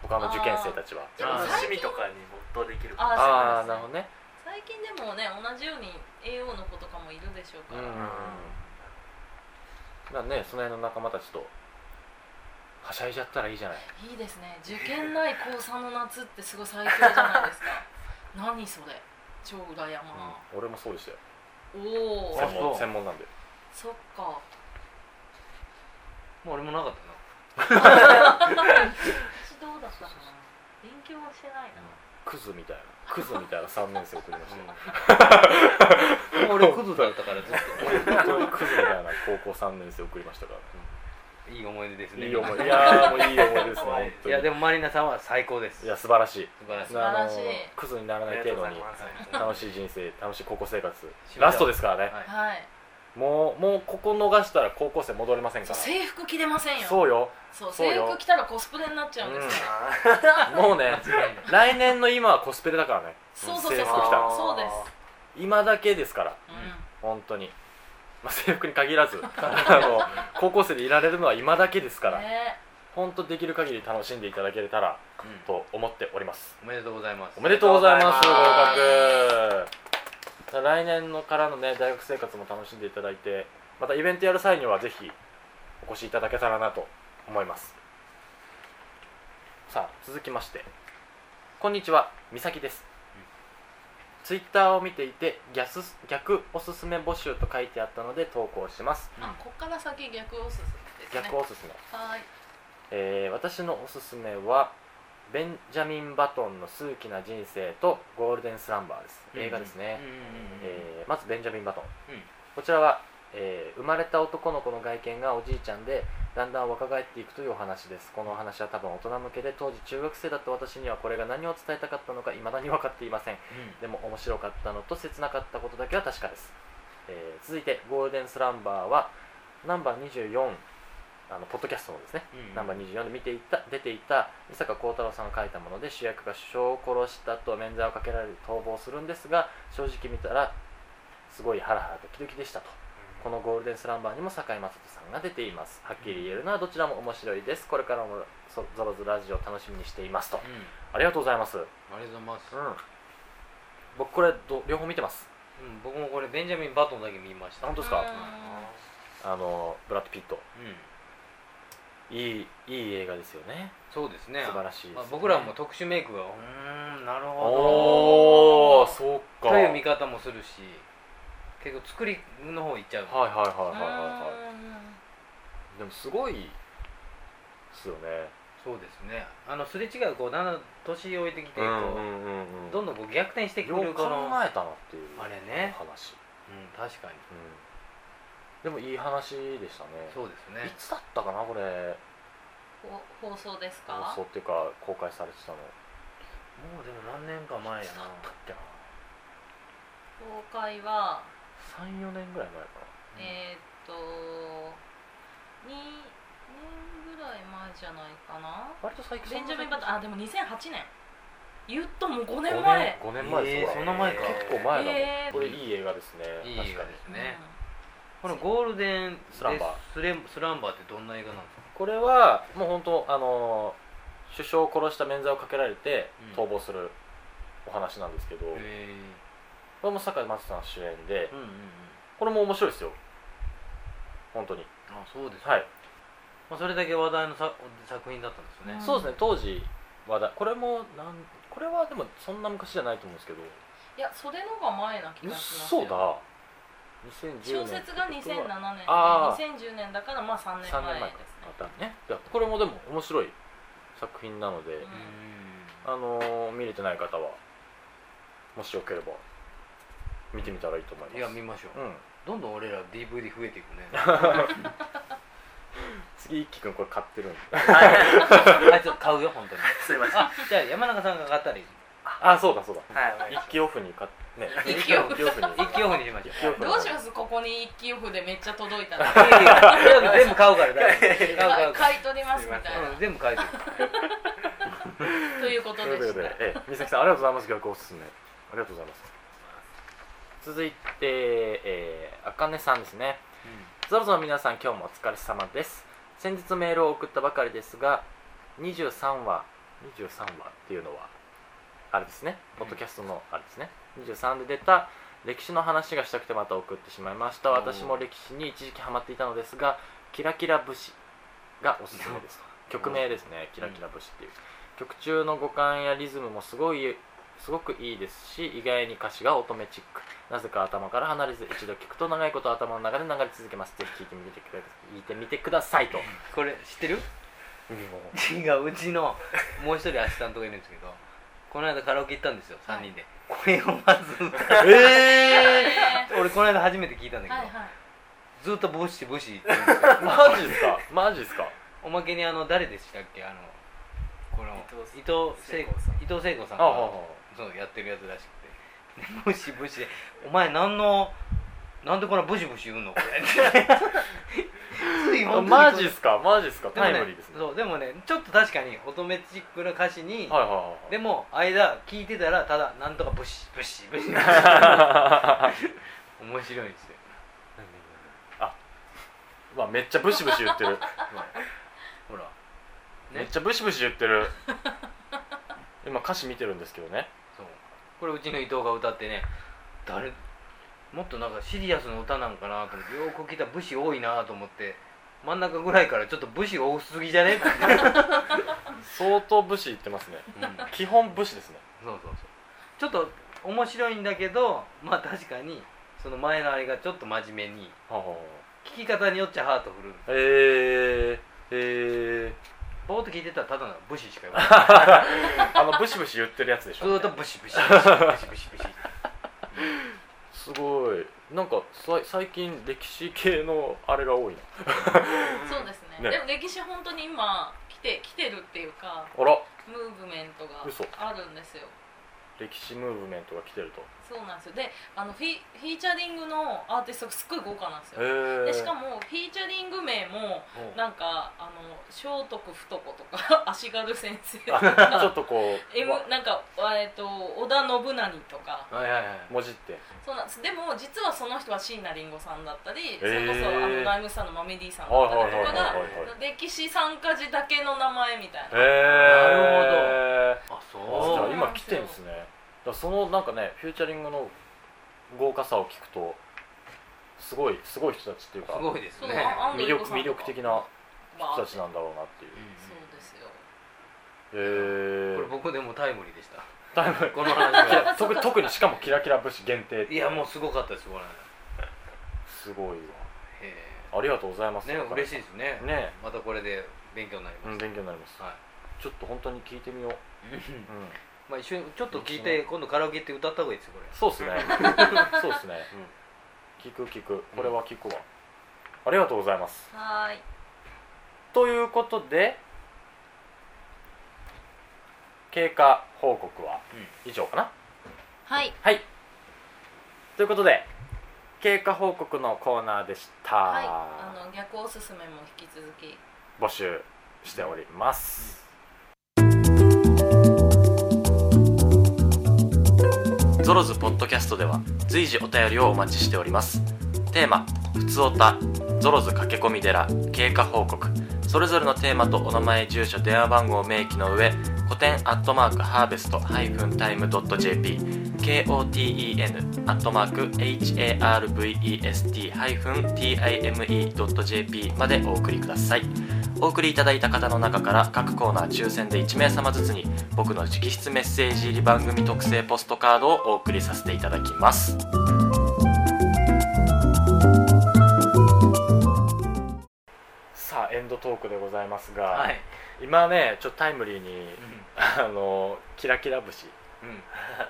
Speaker 1: 他の受験生たちは
Speaker 3: でも
Speaker 2: あー
Speaker 4: 趣
Speaker 3: 最近
Speaker 4: 味とかに没頭できる
Speaker 3: あー
Speaker 1: ああー
Speaker 3: そ
Speaker 1: な
Speaker 3: う
Speaker 1: るほどね
Speaker 3: 最近でもね同じように AO の子とかもいるでしょう
Speaker 1: うん
Speaker 3: から、
Speaker 1: うんうんまあねその辺の仲間たちとはしゃいじゃったらいいじゃない
Speaker 3: いいですね受験ない高三の夏ってすごい最強じゃないですか 何それ超羨ま、
Speaker 1: うん俺もそうでしたよ
Speaker 3: おお
Speaker 2: あ
Speaker 1: 専門
Speaker 2: そう
Speaker 1: 専門なんで
Speaker 3: そっか
Speaker 2: もう俺もなかったな
Speaker 3: 私どうだったかな勉強はしてないな
Speaker 1: クズみたいなクズみたいな3年生送りましたよ、
Speaker 2: 俺クズだったからずっ
Speaker 1: 本当にクズみたいな高校3年生送りましたから、
Speaker 2: といい思い出ですね
Speaker 1: いい思いいやーもういい思い出ですね本当
Speaker 2: い
Speaker 1: に
Speaker 2: やでもマリナさんは最高です
Speaker 1: い
Speaker 2: 素
Speaker 1: や素晴らしい
Speaker 2: 晴らしい
Speaker 3: 晴らしい
Speaker 1: あのクズになら
Speaker 4: あ
Speaker 1: ない
Speaker 4: りがと
Speaker 1: 程
Speaker 4: うご
Speaker 1: 度
Speaker 4: ざい
Speaker 1: に
Speaker 4: ます
Speaker 1: 楽しい人生楽しい高校生活
Speaker 2: しましょう
Speaker 1: ラストですからね、
Speaker 2: はい
Speaker 3: はい
Speaker 1: もうもうここ逃したら高校生戻れませんか
Speaker 3: そう
Speaker 1: ら
Speaker 3: 制服着れませんよそ
Speaker 1: そう
Speaker 3: う
Speaker 1: よそう
Speaker 3: 制
Speaker 1: よ
Speaker 3: 服着たらコスプレになっちゃうんですよ、
Speaker 4: あ
Speaker 1: もうね
Speaker 2: 間違いない
Speaker 1: 来年の今はコスプレだからね
Speaker 3: そうそうそう
Speaker 1: 制
Speaker 3: そう
Speaker 1: 服着たら
Speaker 3: そうです、
Speaker 1: 今だけですから
Speaker 3: う
Speaker 1: 本当にまあ制服に限らずあの高校生でいられるのは今だけですか
Speaker 3: ん、
Speaker 1: ら
Speaker 3: ね
Speaker 1: 本当できる限り楽しんでいただけたら
Speaker 2: うん
Speaker 1: と思っております
Speaker 2: おめでとうございます
Speaker 1: おめでとうございます合
Speaker 3: あ
Speaker 1: 格さあ来年のからのね大学生活も楽しんでいただいてまたイベントやる際にはぜひお越しいただけたらなと思いますさあ続きましてこんにちはみさきです、ツイッターを見ていて逆す逆おすすめ募集と書いてあったので投稿します
Speaker 2: うん
Speaker 3: あこっから先逆おすすめですね
Speaker 1: 逆おすすめ、
Speaker 3: はーい
Speaker 1: えー私のおすすめはベンジャミン・バトンの数奇な人生とゴールデンスランバーです映画ですね、
Speaker 2: うんうんうんうん
Speaker 1: えーまずベンジャミン・バトン、
Speaker 2: うん
Speaker 1: こちらは、えー生まれた男の子の外見がおじいちゃんでだんだん若返っていくというお話ですこのお話は多分大人向けで当時中学生だった私にはこれが何を伝えたかったのか未だに分かっていませんでも面白かったのと切なかったことだけは確かです、えー続いてゴールデンスランバーはナンバー24あのポッドキャストのですね
Speaker 2: うん
Speaker 1: ナンバー24で見ていた出ていた伊坂幸太郎さんが書いたもので主役が首相を殺した後免罪をかけられて逃亡するんですが正直見たらすごいハラハラドキドキでしたとこのゴールデンスランバーにも坂井雅人さんが出ていますはっきり言えるのはどちらも面白いですこれからもそゾロゾロラジオを楽しみにしていますと
Speaker 2: うん
Speaker 1: ありがとうございますうん
Speaker 2: ありがとうございます、
Speaker 1: 僕これど両方見てます
Speaker 2: うん僕もこれベンジャミン・バトンだけ見まし
Speaker 1: あ
Speaker 2: た
Speaker 1: 本当です
Speaker 3: う
Speaker 1: か
Speaker 3: ん
Speaker 1: あのブラッド・ピット
Speaker 2: うん
Speaker 1: いいいい映画ですよね
Speaker 2: そうですね
Speaker 1: 素晴らしいですね
Speaker 2: まあ僕らも特殊メイクがうーんなるほ
Speaker 1: おおそうか
Speaker 2: どという
Speaker 1: は
Speaker 2: 見
Speaker 1: い
Speaker 2: 方もするし結構作りの方いっちゃう、
Speaker 1: はいはいはいはいはい
Speaker 3: うん
Speaker 1: でもすごいですよね。
Speaker 2: そうですねあのすれ違うこうだんだん年置いてきてこう、
Speaker 1: んうん
Speaker 2: ど
Speaker 1: ん
Speaker 2: んどんこう逆転してく
Speaker 1: よ
Speaker 2: る
Speaker 1: う
Speaker 2: こ
Speaker 1: 考
Speaker 2: の、うん、
Speaker 1: えたなっていう
Speaker 2: あれね
Speaker 1: 話。
Speaker 2: 確かに
Speaker 1: うん、でもいい話でしたね。
Speaker 2: そうです
Speaker 1: い
Speaker 2: ね
Speaker 1: つだったかなこれ
Speaker 3: ほ放送ですか
Speaker 1: 放送っていうか公開されてたの。
Speaker 2: もうでも何年か前やな
Speaker 3: 公開は
Speaker 1: 三四年ぐらい前か
Speaker 3: えー、っと2年ぐらい前じゃないかな
Speaker 1: な。割と最近。
Speaker 3: ベンジャミン・バトンあでも2008年言っともう5
Speaker 1: 五
Speaker 3: 年前
Speaker 1: 五年前
Speaker 2: えー
Speaker 1: です
Speaker 2: そんな前か
Speaker 1: 結構前だもん、
Speaker 3: えー
Speaker 1: これいい映画ですね。
Speaker 2: いい映画です
Speaker 1: 確かに。
Speaker 2: ねこのゴールデン
Speaker 1: スランバー
Speaker 2: ースレスランバーってどんな映画なんですか
Speaker 1: これはもう本当あのー首相を殺した免罪をかけられて
Speaker 2: うん
Speaker 1: 逃亡するお話なんですけど、
Speaker 2: へ
Speaker 1: これも坂井真人さん主演で
Speaker 2: えうんうんうん
Speaker 1: これも面白いですよ本当に
Speaker 2: あそうですか、
Speaker 1: はい、
Speaker 2: まあ、それだけ話題の作作品だったんですよね、
Speaker 3: うん
Speaker 1: そうですね当時話題これもなんこれはでもそんな昔じゃないと思うんですけど
Speaker 3: いやそれのが前な気がしますよ
Speaker 1: 嘘だ2010
Speaker 3: 小
Speaker 1: 年
Speaker 3: 説が2007年で
Speaker 1: あ
Speaker 3: 2010年だからまあ3
Speaker 1: 3
Speaker 3: 年
Speaker 1: 年
Speaker 3: 前
Speaker 1: 前か
Speaker 3: ですね
Speaker 1: あったねいやこれもでも面白い作品なので、
Speaker 3: うん
Speaker 2: う
Speaker 1: あのー見れてない方はもしよければ見てみたらいいと思いま
Speaker 2: ん
Speaker 1: す
Speaker 2: いや見ましょう、
Speaker 1: うん
Speaker 2: どんどん俺ら DVD 増えてい くね
Speaker 1: 次一輝くんこれ買ってるん
Speaker 2: あいつ買うよ本当に
Speaker 4: すいません
Speaker 2: あじゃあ山中さんが買ったらいい
Speaker 1: あそうだそうだ
Speaker 4: はい
Speaker 1: 一輝オフに買っね
Speaker 3: 一輝オ
Speaker 1: フに
Speaker 2: 一気オフにしまし
Speaker 1: 一
Speaker 2: ょ
Speaker 1: 気オフ
Speaker 2: う
Speaker 1: に
Speaker 3: どうしますここに一気オフでめっちゃ届い たら
Speaker 2: いやいやいや全部買うから大丈夫買う買う買、
Speaker 3: 買い取りますみたいう
Speaker 2: うん、
Speaker 3: な
Speaker 2: 全部買えてる
Speaker 3: ということ
Speaker 1: ということ
Speaker 3: でした
Speaker 1: で、ええ、美咲さんありがとうございます逆おすすめありがとうございます続いてえーあかねさんですねゾロゾロ皆さん今日もお疲れ様です先日メールを送ったばかりですが23話23話っていうのはあれですねポッドキャストのあれですね23で出た歴史の話がしたくてまた送ってしまいました
Speaker 2: おー
Speaker 1: 私も歴史に一時期ハマっていたのですがキラキラ武士がおすすめです曲名ですね「キラキラ節」っていう、曲中の五感やリズムもすごいすごくいいですし意外に歌詞が乙女チックなぜか頭から離れず一度聞くと長いこと頭の中で流れ続けますぜひ聞いてみてくだ聞いてみてくださいと
Speaker 2: これ知ってる違ううちのもう一人アシスタントがいるんですけどここの間カラオケ行ったんですよ
Speaker 3: はい
Speaker 2: 3人で、これをまず歌っ
Speaker 1: え
Speaker 3: え
Speaker 2: て俺この間初めて聞いたんだ
Speaker 3: ー
Speaker 2: けど、
Speaker 3: はいはい
Speaker 2: ずっとボシボシ言ってるんですよ
Speaker 1: ー、マジですかマジですか
Speaker 2: おまけにあの誰でしたっけあのこの伊
Speaker 4: 伊
Speaker 2: 藤
Speaker 4: 藤
Speaker 2: 聖
Speaker 4: 聖
Speaker 2: 子
Speaker 4: 子
Speaker 2: さ
Speaker 4: さ
Speaker 2: ん
Speaker 4: ん
Speaker 2: 伊藤聖子さん
Speaker 1: あはは
Speaker 2: がそうやって るやつらしくてでブシブシで「お前何のなんでこんなブシブシ言うのこれ」 つい
Speaker 1: あ
Speaker 2: 本当に
Speaker 1: マジですかマジですか
Speaker 2: でも
Speaker 1: タ
Speaker 2: ね
Speaker 1: イムリーですね
Speaker 2: そうでもねちょっと確かに乙女チックな歌詞に、
Speaker 1: はいはい
Speaker 2: でも間聞いてたらただなんとかブシブシ ブシ面
Speaker 1: はい
Speaker 2: 白いんですよ
Speaker 1: あ うわめっちゃブシブシ言って る
Speaker 2: ほら
Speaker 1: めっちゃブシブシ言ってる今歌詞見てるんですけどね
Speaker 2: そうこれうちの伊藤が歌ってね誰もっとなんかシリアスの歌なんかなと思ってよく聞いたら武士多いなと思って真ん中ぐらいからちょっと武士多すぎじゃねって、
Speaker 1: 相当ブシ言ってますね
Speaker 2: うんそう
Speaker 1: 基本武士ですね
Speaker 2: そうそうちょっと面白いんだけどまあ確かにその前のあれがちょっと真面目に
Speaker 1: はは
Speaker 2: 聞き方によっちゃハートフル
Speaker 1: えー、えー、
Speaker 2: ボーっと聞いてたらただの武士しか言わない
Speaker 1: あのブシブシ言ってるやつでし
Speaker 2: ず
Speaker 1: ょ
Speaker 2: ーっと武士武士武士武士武士
Speaker 1: すごいなんかさ最近歴史系のあれが多いな
Speaker 3: そうですね
Speaker 1: ね
Speaker 3: でも歴史本当に今来て来てるっていうか
Speaker 1: あら
Speaker 3: ムーブメントが
Speaker 1: 嘘
Speaker 3: あるんですよ
Speaker 1: 歴史ムーブメントが来てると
Speaker 3: そうなんですよであのフィフィーチャリングのアーティストがすっごい豪華なんですよ
Speaker 1: へえ
Speaker 3: でしかもフィーチャリング名も
Speaker 2: うん
Speaker 3: なんかあの聖徳太子とか 足軽先生とか
Speaker 1: あちょっとこう
Speaker 3: M
Speaker 1: わ
Speaker 3: なんかあえっと織田信成とか
Speaker 2: はいはいはい
Speaker 1: もじって
Speaker 3: そうなんですでも実はその人は椎名林檎さんだったり、
Speaker 1: えー
Speaker 3: それこそあのライムスターのマメディさんだ
Speaker 1: はい
Speaker 3: っ
Speaker 1: はいは
Speaker 3: た
Speaker 1: い
Speaker 3: りとか
Speaker 1: は
Speaker 3: が
Speaker 1: いはい
Speaker 3: 歴史参加時だけの名前みたいな、
Speaker 1: え
Speaker 2: あそ
Speaker 1: じゃ
Speaker 2: う
Speaker 1: あ今来てるんですねだからそのなんかねフューチャリングの豪華さを聞くとすごいすごい人たちっていうか
Speaker 2: すごいです
Speaker 3: そう
Speaker 2: ね
Speaker 3: あ安
Speaker 1: 魅
Speaker 3: 藤優子
Speaker 1: 力
Speaker 3: さん
Speaker 1: 魅
Speaker 3: と
Speaker 1: 力
Speaker 3: か
Speaker 1: 的な
Speaker 3: まあ
Speaker 1: 人たちなんだろうなっていう
Speaker 2: うん
Speaker 3: そうですよ
Speaker 1: へ
Speaker 2: これ
Speaker 1: え
Speaker 2: 僕でもタイムリーでした
Speaker 1: だいぶ
Speaker 2: こ の話は
Speaker 1: 特に特にしかもキラキラ武士限定って
Speaker 2: いやもうすごかったですこれ
Speaker 1: すごい
Speaker 2: へ
Speaker 1: わありがとうございます
Speaker 2: えね嬉し
Speaker 1: し
Speaker 2: いですね
Speaker 1: ね
Speaker 2: またこれで勉強になり
Speaker 1: うん
Speaker 2: ました、
Speaker 1: 勉強になります
Speaker 2: はい
Speaker 1: ちょっと本当に聞いてみよううん
Speaker 2: まあ一緒にちょっと聞いて今度カラオケって歌った方がいいですよこれ
Speaker 1: そうっす ねそうっすね聞く聞くこれは聞くわありがとうございます
Speaker 3: はーい
Speaker 1: ということで経過報告は以上かな、
Speaker 3: はい
Speaker 1: はいということで経過報告のコーナーでした、
Speaker 3: はいあの逆おすすめも引き続き
Speaker 1: 募集しております、ゾロズポッドキャストでは随時お便りをお待ちしておりますテーマ「ふつおた」「ゾロズ駆け込み寺」「経過報告」それぞれのテーマとお名前住所電話番号を明記の上古典アットマークハーベストハイフンタイムドット JP KOTEN アットマーク HARVEST ハイフン TIME ドット JP までお送りくださいお送りいただいた方の中から各コーナー抽選で1名様ずつに僕の直筆メッセージ入り番組特製ポストカードをお送りさせていただきますさあエンドトークでございますが、
Speaker 2: はい、
Speaker 1: 今ねちょっとタイムリーにあのキラキラ節
Speaker 2: うんうん、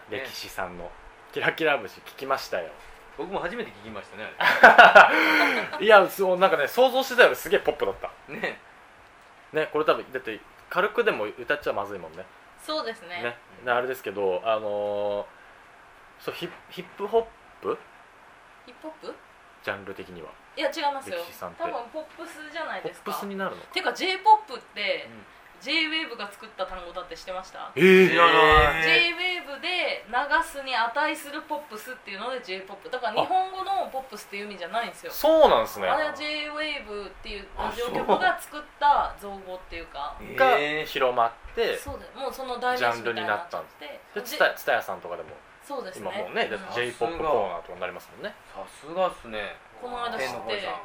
Speaker 1: 歴史さんの、キラキラ節聞きましたよ
Speaker 2: 僕も初めて聞きましたね
Speaker 1: いやそうなんかね想像してたよりすげえポップだった
Speaker 2: あれね
Speaker 1: ねこれ多分だって軽くでも歌っちゃまずいもんね
Speaker 3: そうですね
Speaker 1: ね、であれですけど、あのーそうヒッヒップホップ
Speaker 3: ヒップホップ
Speaker 1: ジャンル的にはい
Speaker 3: や違いますよ
Speaker 1: 歴史さんって
Speaker 3: 多分ポップスじゃない
Speaker 1: ポッ
Speaker 3: ですか
Speaker 1: プスになるのか
Speaker 3: てか j p o p って
Speaker 2: うん
Speaker 3: JWAVE が作った単語だって知ってました
Speaker 1: えー、
Speaker 4: 知らない
Speaker 3: JWAVE で流すに値するポップスっていうので j p o p だから日本語のポップスっていう意味じゃないんですよ
Speaker 1: そうなんですね
Speaker 3: あれは JWAVE っていうラジオ局が作った造語っていうか
Speaker 1: が
Speaker 2: えー
Speaker 1: 広まって
Speaker 3: そうでもうその代名詞みたいになっちゃっ
Speaker 1: で
Speaker 3: て
Speaker 1: ツ
Speaker 3: で
Speaker 1: タツタヤさんとかでも
Speaker 3: そうです
Speaker 1: 今
Speaker 3: ね
Speaker 1: もうね
Speaker 3: うん
Speaker 1: j p o p コーナーとかになりますもんね
Speaker 2: さすがっすね
Speaker 3: この間知っ
Speaker 2: 天の声
Speaker 3: て
Speaker 2: さ
Speaker 1: へ
Speaker 2: ん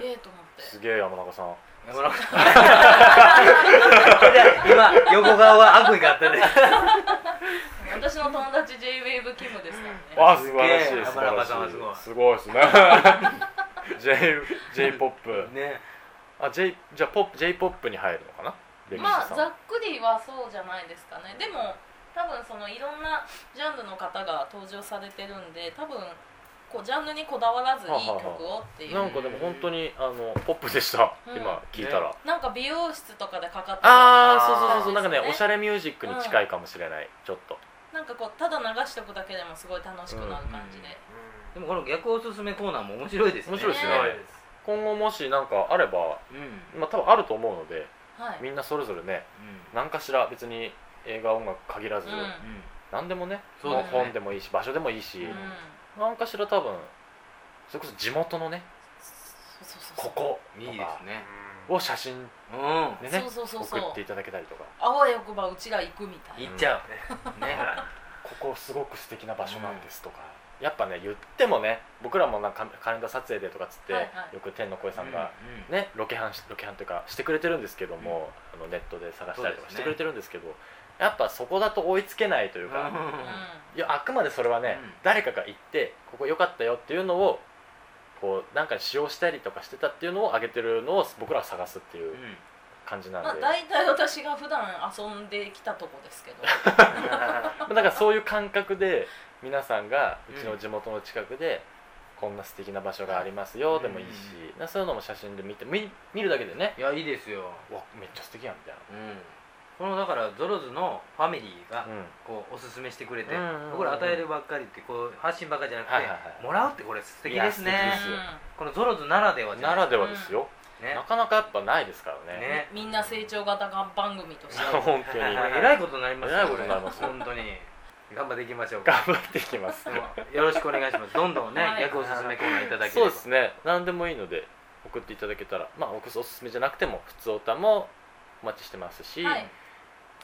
Speaker 1: え
Speaker 3: ええと思って
Speaker 1: すげえ山中さん
Speaker 2: 山中 さん今横顔は悪意があったね
Speaker 3: 私の友達 JWAVE キムですからね
Speaker 1: わあ素晴らしい
Speaker 2: すげえ
Speaker 1: 素晴らしい
Speaker 2: 山中さんは
Speaker 1: すごいですね J J ポップ
Speaker 2: ね
Speaker 1: あ J じゃあポップ J ポップに入るのかな歴史
Speaker 3: まあ
Speaker 1: さん、
Speaker 3: ざっくりはそうじゃないですかねでも多分そのいろんなジャンルの方が登場されてるんで多分こうジャンルにこだわらずいい
Speaker 1: ははは
Speaker 3: 曲をっていう
Speaker 1: なんかでも本当にあのポップでした、
Speaker 3: うん
Speaker 1: 今聞いたら、
Speaker 3: なんか美容室とかでかかってた
Speaker 1: あ
Speaker 4: ー
Speaker 1: あそうそうそうそうなんかね
Speaker 3: そうですね
Speaker 1: おしゃれミュージックに近いかもしれない、ちょっと
Speaker 3: なんかこうただ流しておくだけでもすごい楽しくなる感じで、
Speaker 2: でもこの逆おすすめコーナーも面白いですね
Speaker 1: 面白いですね
Speaker 4: はいです
Speaker 1: 今後もしなんかあれば
Speaker 2: うん、うん
Speaker 1: まあ多分あると思うので
Speaker 3: はい
Speaker 1: みんなそれぞれね何かしら別に映画音楽限らず、
Speaker 3: うん
Speaker 2: うん
Speaker 1: 何でもね
Speaker 2: そうですね
Speaker 1: 本でもいいし場所でもいいし、
Speaker 3: うん
Speaker 1: 何かしら多分それこそ地元のね
Speaker 3: そうそう
Speaker 1: こ
Speaker 3: そう
Speaker 1: こ
Speaker 2: い
Speaker 1: と
Speaker 2: いです
Speaker 1: か
Speaker 2: ね
Speaker 1: を写真
Speaker 2: うん
Speaker 1: でね
Speaker 3: そうそうそうそ
Speaker 1: 送
Speaker 3: う
Speaker 1: っていただけたりとか
Speaker 3: あわよくばうちら行くみたい
Speaker 2: 行
Speaker 3: な
Speaker 2: っちゃうね
Speaker 1: ここすごく素敵な場所なんですとか、やっぱね言ってもね僕らもなんかカレンダー撮影でとかっつって、
Speaker 3: はいはい
Speaker 1: よく天の声さんが、
Speaker 2: う
Speaker 1: ね、ロケハンしロケハンというかしてくれてるんですけども、あのネットで探したりとかしてくれてるんですけどやっぱそこだと追いつけないというか、
Speaker 3: うん
Speaker 1: いやあくまでそれはね、
Speaker 2: うん
Speaker 1: 誰かが言ってここ良かったよっていうのをこうなんかに使用したりとかしてたっていうのを上げてるのを僕らは探すっていう感じなん
Speaker 3: ん
Speaker 1: で
Speaker 3: ま、あ大体私が普段遊んできたとこですけど
Speaker 1: まあだからそういう感覚で皆さんがうちの地元の近くで、こんな素敵な場所がありますよでもいいし、なそういうのも写真で見て見見るだけでね
Speaker 2: いやいいですよ、
Speaker 1: うわめっちゃ素敵やんみたい
Speaker 2: うん、このだからゾロズのファミリーが
Speaker 1: な、うん、
Speaker 2: こうおすすめしてくれて、
Speaker 1: うんうんうんうん
Speaker 2: 僕ら与えるばっかりってこう発信ばっかりじゃなくて、
Speaker 1: はいはいはい
Speaker 2: もらうってこれ素敵
Speaker 1: い
Speaker 2: です
Speaker 1: や
Speaker 2: ね
Speaker 1: 素敵ですよ
Speaker 2: このゾロズならではじゃ
Speaker 1: な
Speaker 2: ない
Speaker 1: らではですよ、
Speaker 2: ね
Speaker 1: なかなかやっぱないですからね
Speaker 3: うん
Speaker 2: ね
Speaker 3: みんな成長型が番組として
Speaker 1: 本当に
Speaker 2: こ
Speaker 1: 頑
Speaker 2: れえらいことになります
Speaker 1: え
Speaker 2: よ
Speaker 1: らいことになりますよ
Speaker 2: 本当に頑張っていきましょうか
Speaker 1: 張っていきます
Speaker 2: よろしくお願いしますどんどんね、
Speaker 3: はい
Speaker 2: 逆おすすめコーナーいただけれ
Speaker 1: そう
Speaker 2: ば
Speaker 1: ですね何でもいいので送っていただけたらまあおおすすめじゃなくても普通おたもお待ちしてますし、
Speaker 3: はい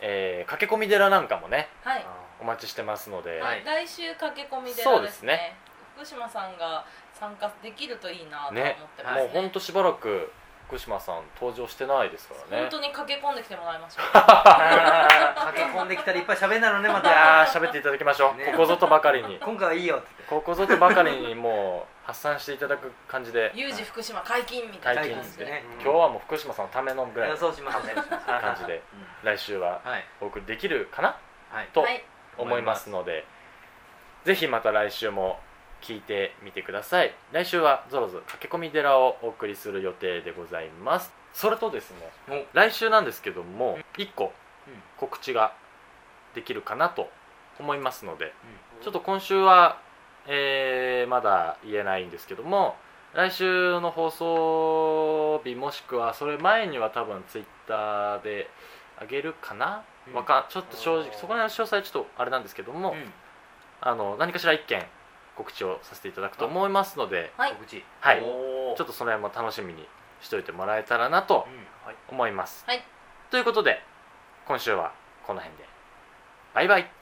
Speaker 1: えー駆け込み寺なんかもね
Speaker 3: はい
Speaker 1: お待ちしてますので、
Speaker 2: は
Speaker 3: はいい、来週駆け込みで
Speaker 1: そう
Speaker 3: あれ
Speaker 1: で
Speaker 3: ですす
Speaker 1: ね
Speaker 3: ね福島さんが参加できるといいなと思って
Speaker 1: ね
Speaker 3: ます
Speaker 1: も
Speaker 3: ね
Speaker 1: うほんとしばらく福島さん登場してないですからね
Speaker 3: 本当に駆け込んできてもらいましょう
Speaker 2: 駆け込んできたらいっぱい喋んなのねま
Speaker 1: いや
Speaker 2: た
Speaker 1: ー喋っていただきましょう、
Speaker 2: ね
Speaker 1: ここぞとばかりに
Speaker 2: 今回はいいよって
Speaker 1: ここぞとばかりにもう発散していただく感じで
Speaker 3: 有事福島解禁みた
Speaker 1: 解
Speaker 3: いな
Speaker 1: 禁
Speaker 3: 感
Speaker 1: で
Speaker 3: じ
Speaker 1: す
Speaker 3: で、
Speaker 1: ね
Speaker 4: うん
Speaker 1: 今日はもう福島さんのためのぐらいの
Speaker 2: そうしますね
Speaker 1: 感じで来週は
Speaker 2: はい
Speaker 1: お送りできるかな
Speaker 2: はい
Speaker 1: と
Speaker 3: はい
Speaker 1: 思いますのでぜひまた来週も聞いてみてください来週はぞろぞろ駆け込み寺をお送りする予定でございますそれとですね来週なんですけども1個
Speaker 2: うん
Speaker 1: 告知ができるかなと思いますのでちょっと
Speaker 4: こ
Speaker 1: 今週は、えーまだ言えないんですけども来週の放送日もしくはそれ前には多分ツイッターであげるかな、
Speaker 2: うん
Speaker 1: わかんちょっと正直
Speaker 4: あー
Speaker 1: そこら辺の詳細ちょっとあれなんですけども、
Speaker 2: うん
Speaker 1: あの何かしら一件告知をさせていただくと思いますので、
Speaker 3: はい
Speaker 2: 告知
Speaker 1: はい、ちょ
Speaker 4: おー
Speaker 1: っとその辺も楽しみにしておいてもらえたらなと
Speaker 2: うん
Speaker 1: 思います、
Speaker 3: はい
Speaker 1: ということで今週はこの辺でバイバイ